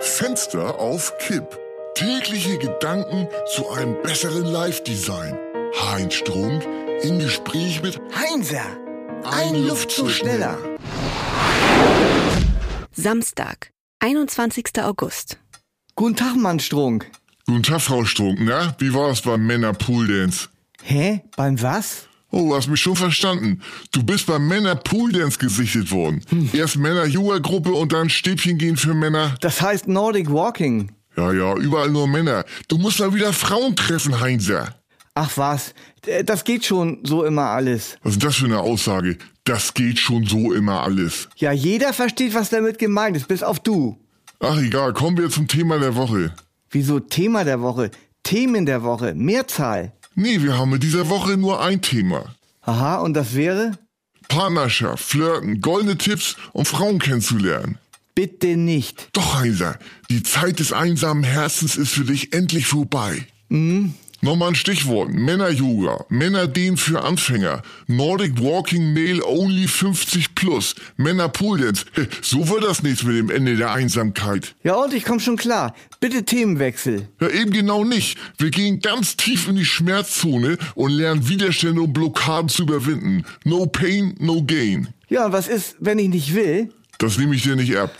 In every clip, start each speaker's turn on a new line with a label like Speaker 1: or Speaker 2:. Speaker 1: Fenster auf Kipp. Tägliche Gedanken zu einem besseren Live-Design. Heinz Strunk im Gespräch mit
Speaker 2: Heinzer,
Speaker 1: Ein Luftzug schneller.
Speaker 3: Samstag, 21. August.
Speaker 2: Guten Tag, Mann Strunk.
Speaker 1: Guten Tag, Frau Strunk, na? Wie war das beim Männer Pool Dance?
Speaker 2: Hä? Beim was?
Speaker 1: Oh, hast mich schon verstanden. Du bist beim Männer Pool Dance gesichtet worden. Erst Männer Yoga Gruppe und dann Stäbchen gehen für Männer.
Speaker 2: Das heißt Nordic Walking.
Speaker 1: Ja, ja, überall nur Männer. Du musst mal wieder Frauen treffen, Heinzer.
Speaker 2: Ach was, D- das geht schon so immer alles.
Speaker 1: Was ist das für eine Aussage? Das geht schon so immer alles.
Speaker 2: Ja, jeder versteht, was damit gemeint ist, bis auf du.
Speaker 1: Ach egal, kommen wir zum Thema der Woche.
Speaker 2: Wieso Thema der Woche? Themen der Woche, Mehrzahl.
Speaker 1: Nee, wir haben in dieser Woche nur ein Thema.
Speaker 2: Aha, und das wäre?
Speaker 1: Partnerschaft, Flirten, goldene Tipps, um Frauen kennenzulernen.
Speaker 2: Bitte nicht.
Speaker 1: Doch, Heinzer, die Zeit des einsamen Herzens ist für dich endlich vorbei. Mhm. Nochmal ein Stichwort. Männer-Yoga, Männer-Den für Anfänger, Nordic Walking Male Only 50 Plus, Männer-Pool-Dance. So wird das nichts mit dem Ende der Einsamkeit.
Speaker 2: Ja, und ich komm schon klar. Bitte Themenwechsel.
Speaker 1: Ja, eben genau nicht. Wir gehen ganz tief in die Schmerzzone und lernen Widerstände und Blockaden zu überwinden. No pain, no gain.
Speaker 2: Ja, und was ist, wenn ich nicht will?
Speaker 1: Das nehme ich dir nicht ab.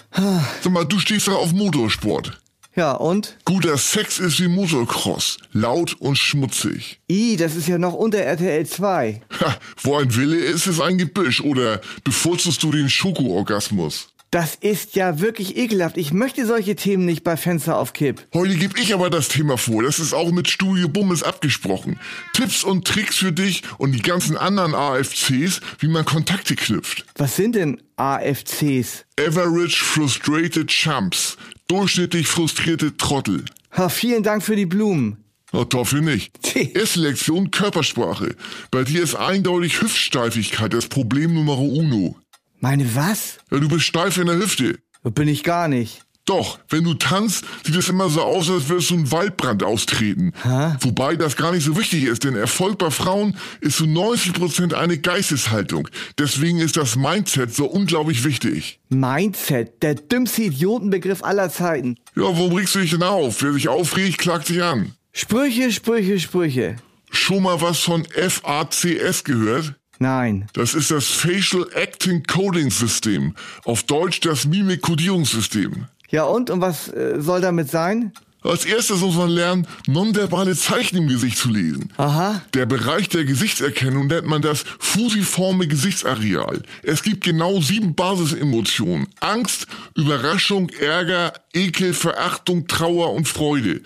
Speaker 1: Sag mal, du stehst doch auf Motorsport.
Speaker 2: Ja, und?
Speaker 1: Guter Sex ist wie Motocross. Laut und schmutzig.
Speaker 2: I, das ist ja noch unter RTL 2.
Speaker 1: Ha, wo ein Wille ist, ist ein Gebüsch. Oder bevorzugst du den Schoko-Orgasmus?
Speaker 2: Das ist ja wirklich ekelhaft. Ich möchte solche Themen nicht bei Fenster auf Kipp.
Speaker 1: Heute gebe ich aber das Thema vor. Das ist auch mit Studio Bummes abgesprochen. Tipps und Tricks für dich und die ganzen anderen AFCs, wie man Kontakte knüpft.
Speaker 2: Was sind denn AFCs?
Speaker 1: Average Frustrated Chumps. Durchschnittlich frustrierte Trottel.
Speaker 2: Ha, vielen Dank für die Blumen.
Speaker 1: Na, dafür nicht.
Speaker 2: Tee.
Speaker 1: Ist Lektion Körpersprache. Bei dir ist eindeutig Hüftsteifigkeit das Problem Nummer uno.
Speaker 2: Meine was?
Speaker 1: Ja, du bist steif in der Hüfte.
Speaker 2: Bin ich gar nicht.
Speaker 1: Doch, wenn du tanzt, sieht es immer so aus, als würdest du einen Waldbrand austreten. Wobei das gar nicht so wichtig ist, denn Erfolg bei Frauen ist zu 90% eine Geisteshaltung. Deswegen ist das Mindset so unglaublich wichtig.
Speaker 2: Mindset, der dümmste Idiotenbegriff aller Zeiten.
Speaker 1: Ja, warum regst du dich denn auf? Wer sich aufregt, klagt sich an.
Speaker 2: Sprüche, Sprüche, Sprüche.
Speaker 1: Schon mal was von FACS gehört?
Speaker 2: Nein.
Speaker 1: Das ist das Facial Acting Coding System. Auf Deutsch das Mimik-Kodierungssystem.
Speaker 2: Ja und? Und was äh, soll damit sein?
Speaker 1: Als erstes muss man lernen, nonverbale Zeichen im Gesicht zu lesen.
Speaker 2: Aha.
Speaker 1: Der Bereich der Gesichtserkennung nennt man das fusiforme Gesichtsareal. Es gibt genau sieben Basisemotionen. Angst, Überraschung, Ärger, Ekel, Verachtung, Trauer und Freude.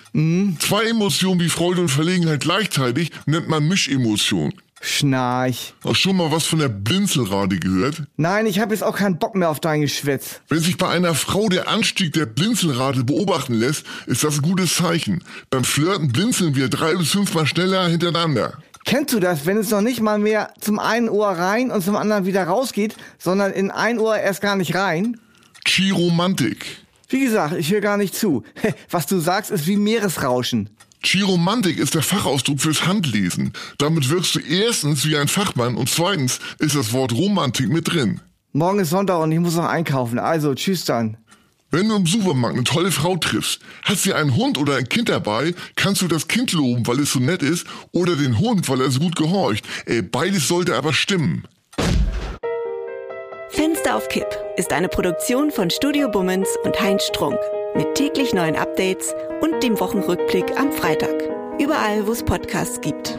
Speaker 1: Zwei Emotionen wie Freude und Verlegenheit gleichzeitig nennt man Mischemotion.
Speaker 2: Schnarch.
Speaker 1: Auch schon mal was von der Blinzelrate gehört?
Speaker 2: Nein, ich habe jetzt auch keinen Bock mehr auf dein Geschwätz.
Speaker 1: Wenn sich bei einer Frau der Anstieg der Blinzelrate beobachten lässt, ist das ein gutes Zeichen. Beim Flirten blinzeln wir drei bis fünfmal schneller hintereinander.
Speaker 2: Kennst du das, wenn es noch nicht mal mehr zum einen Ohr rein und zum anderen wieder rausgeht, sondern in ein Ohr erst gar nicht rein?
Speaker 1: Chiromantik.
Speaker 2: Wie gesagt, ich höre gar nicht zu. Was du sagst, ist wie Meeresrauschen.
Speaker 1: Chiromantik ist der Fachausdruck fürs Handlesen. Damit wirkst du erstens wie ein Fachmann und zweitens ist das Wort Romantik mit drin.
Speaker 2: Morgen ist Sonntag und ich muss noch einkaufen. Also, tschüss dann.
Speaker 1: Wenn du im Supermarkt eine tolle Frau triffst, hat sie einen Hund oder ein Kind dabei, kannst du das Kind loben, weil es so nett ist, oder den Hund, weil er so gut gehorcht. Äh, beides sollte aber stimmen.
Speaker 3: Fenster auf Kipp ist eine Produktion von Studio Bummens und Heinz Strunk. Mit täglich neuen Updates und dem Wochenrückblick am Freitag. Überall, wo es Podcasts gibt.